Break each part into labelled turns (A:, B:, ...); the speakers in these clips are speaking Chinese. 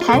A: 台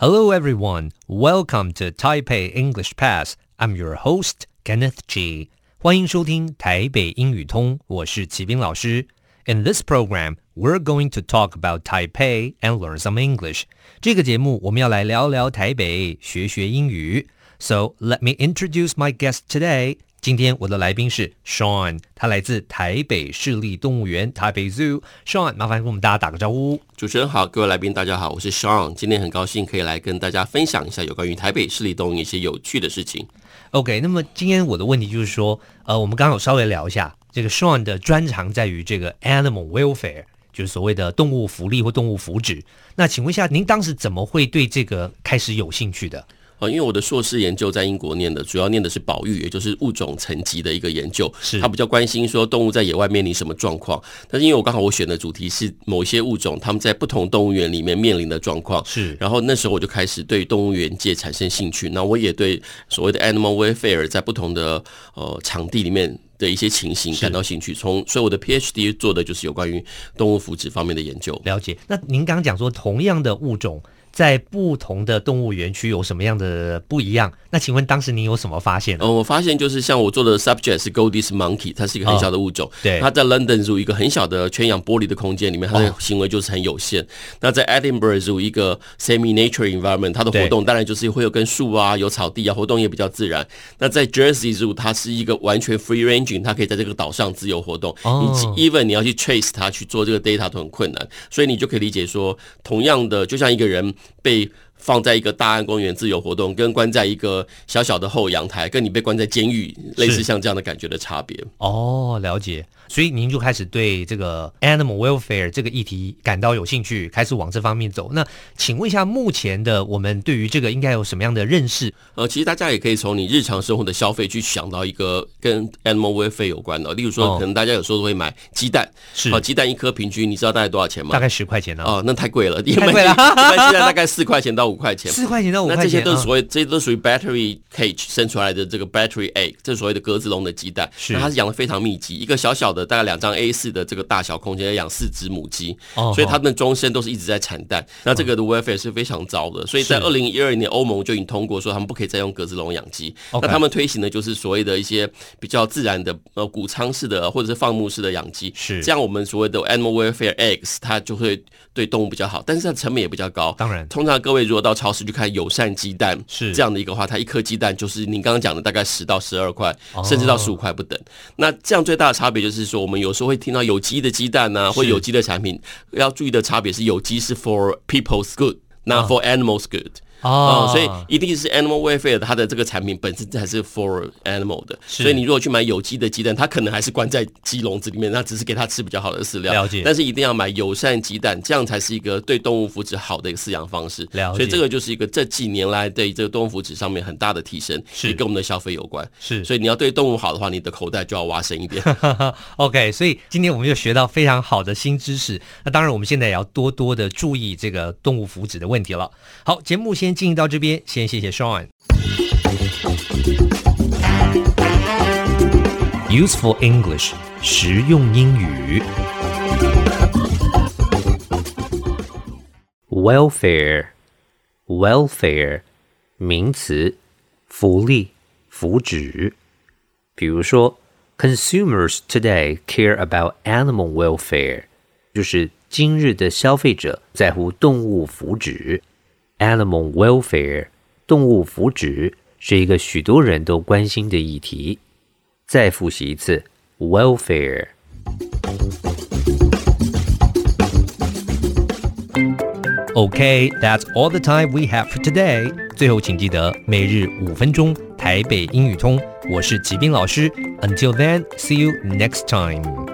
B: Hello, everyone. Welcome to Taipei English Pass. I'm your host, Kenneth G. 欢迎收听台北英语通，我是齐斌老师。In this program, we're going to talk about Taipei and learn some English. 这个节目我们要来聊聊台北，学学英语。So let me introduce my guest today. 今天我的来宾是 Sean，他来自台北市立动物园台北 Zoo。Sean，麻烦跟我们大家打个招呼。
C: 主持人好，各位来宾大家好，我是 Sean，今天很高兴可以来跟大家分享一下有关于台北市立动物园一些有趣的事情。
B: OK，那么今天我的问题就是说，呃，我们刚好稍微聊一下这个 Sean 的专长在于这个 animal welfare，就是所谓的动物福利或动物福祉。那请问一下，您当时怎么会对这个开始有兴趣的？
C: 啊，因为我的硕士研究在英国念的，主要念的是保育，也就是物种层级的一个研究。
B: 是
C: 他比较关心说动物在野外面临什么状况。但是因为我刚好我选的主题是某一些物种，它们在不同动物园里面面临的状况。
B: 是
C: 然后那时候我就开始对动物园界产生兴趣，那我也对所谓的 animal welfare 在不同的呃场地里面的一些情形感到兴趣。从所以我的 PhD 做的就是有关于动物福祉方面的研究。
B: 了解。那您刚刚讲说，同样的物种在不同的动物园区有什么样的不一样？那请问当时您有什么发现呢？
C: 呃，我发现就是像我做的 subject 是 Goldies monkey，它是一个很小的物种。
B: 哦对哦
C: 它在 London Zoo 一个很小的圈养玻璃的空间里面，它的行为就是很有限。那在 Edinburgh Zoo 一个 semi nature environment，它的
B: 对
C: 活动当然就是会有跟树啊、有草地啊，活动也比较自然。那在 Jersey Zoo，它是一个完全 free ranging，它可以在这个岛上自由活动。
B: 哦
C: 你 even 你要去 trace 它去做这个 data 都很困难，所以你就可以理解说，同样的，就像一个人被。放在一个大安公园自由活动，跟关在一个小小的后阳台，跟你被关在监狱，类似像这样的感觉的差别。
B: 哦，了解。所以您就开始对这个 animal welfare 这个议题感到有兴趣，开始往这方面走。那请问一下，目前的我们对于这个应该有什么样的认识？
C: 呃，其实大家也可以从你日常生活的消费去想到一个跟 animal welfare 有关的，例如
B: 哦
C: 说，可能大家有时候会买鸡蛋，
B: 是
C: 啊，鸡蛋一颗平均，你知道大概多少钱吗？
B: 大概十块钱呢、啊？
C: 哦，那太贵了，一
B: 太
C: 般
B: 贵了
C: 一般鸡蛋大概四块钱到五块钱。
B: 四块钱到五块
C: 那
B: 钱，
C: 这些都是
B: 啊
C: 所谓，这些都属于 battery cage 生出来的这个 battery egg，这是所谓的格子笼的鸡蛋。
B: 是
C: 那它是养的非常密集，一个小小的大概两张 A 4的这个大小空间要养四只母鸡，
B: 哦
C: 所以它们终身都是一直在产蛋。那这个的 welfare 是非常糟的，所以在
B: 是
C: 二零一二年欧盟就已经通过说他们不可以再用格子笼养鸡。
B: OK
C: 那他们推行的就是所谓的一些比较自然的呃谷仓式的或者是放牧式的养鸡，
B: 是
C: 这样我们所谓的 animal welfare eggs 它就会对动物比较好，但是它成本也比较高。
B: 当然
C: 通常各位如果到超市去看友善鸡蛋，
B: 是
C: 这样的一个话，它一颗鸡蛋就是您刚刚讲的大概十到十二块
B: 哦，
C: 甚至到十五块不等。那这样最大的差别就是说，我们有时候会听到有机的鸡蛋呐、啊，或
B: 是
C: 有机的产品，要注意的差别是有机是 for people's good，not for animals good。
B: 哦
C: 所以一定是 animal welfare 的它的这个产品本身才是 for animal 的，
B: 是
C: 所以你如果去买有机的鸡蛋，它可能还是关在鸡笼子里面，那只是给它吃比较好的饲料。
B: 了解
C: 但是一定要买友善鸡蛋，这样才是一个对动物福祉好的一个饲养方式。
B: 了解
C: 所以这个就是一个这几年来对这个动物福祉上面很大的提升，
B: 是
C: 也跟我们的消费有关。
B: 是
C: 所以你要对动物好的话，你的口袋就要挖深一点。
B: OK，所以今天我们又学到非常好的新知识。那当然，我们现在也要多多的注意这个动物福祉的问题了。好，节目先进行到这边，先谢谢 Sean。Useful English，实用英语。Welfare，welfare，名词，福利、福祉。比如说，consumers today care about animal welfare，就是今日的消费者在乎动物福祉。Animal welfare，动物福祉是一个许多人都关心的议题。再复习一次，welfare。Okay, that's all the time we have for today. 最后，请记得每日五分钟台北英语通。我是齐斌老师。Until then, see you next time.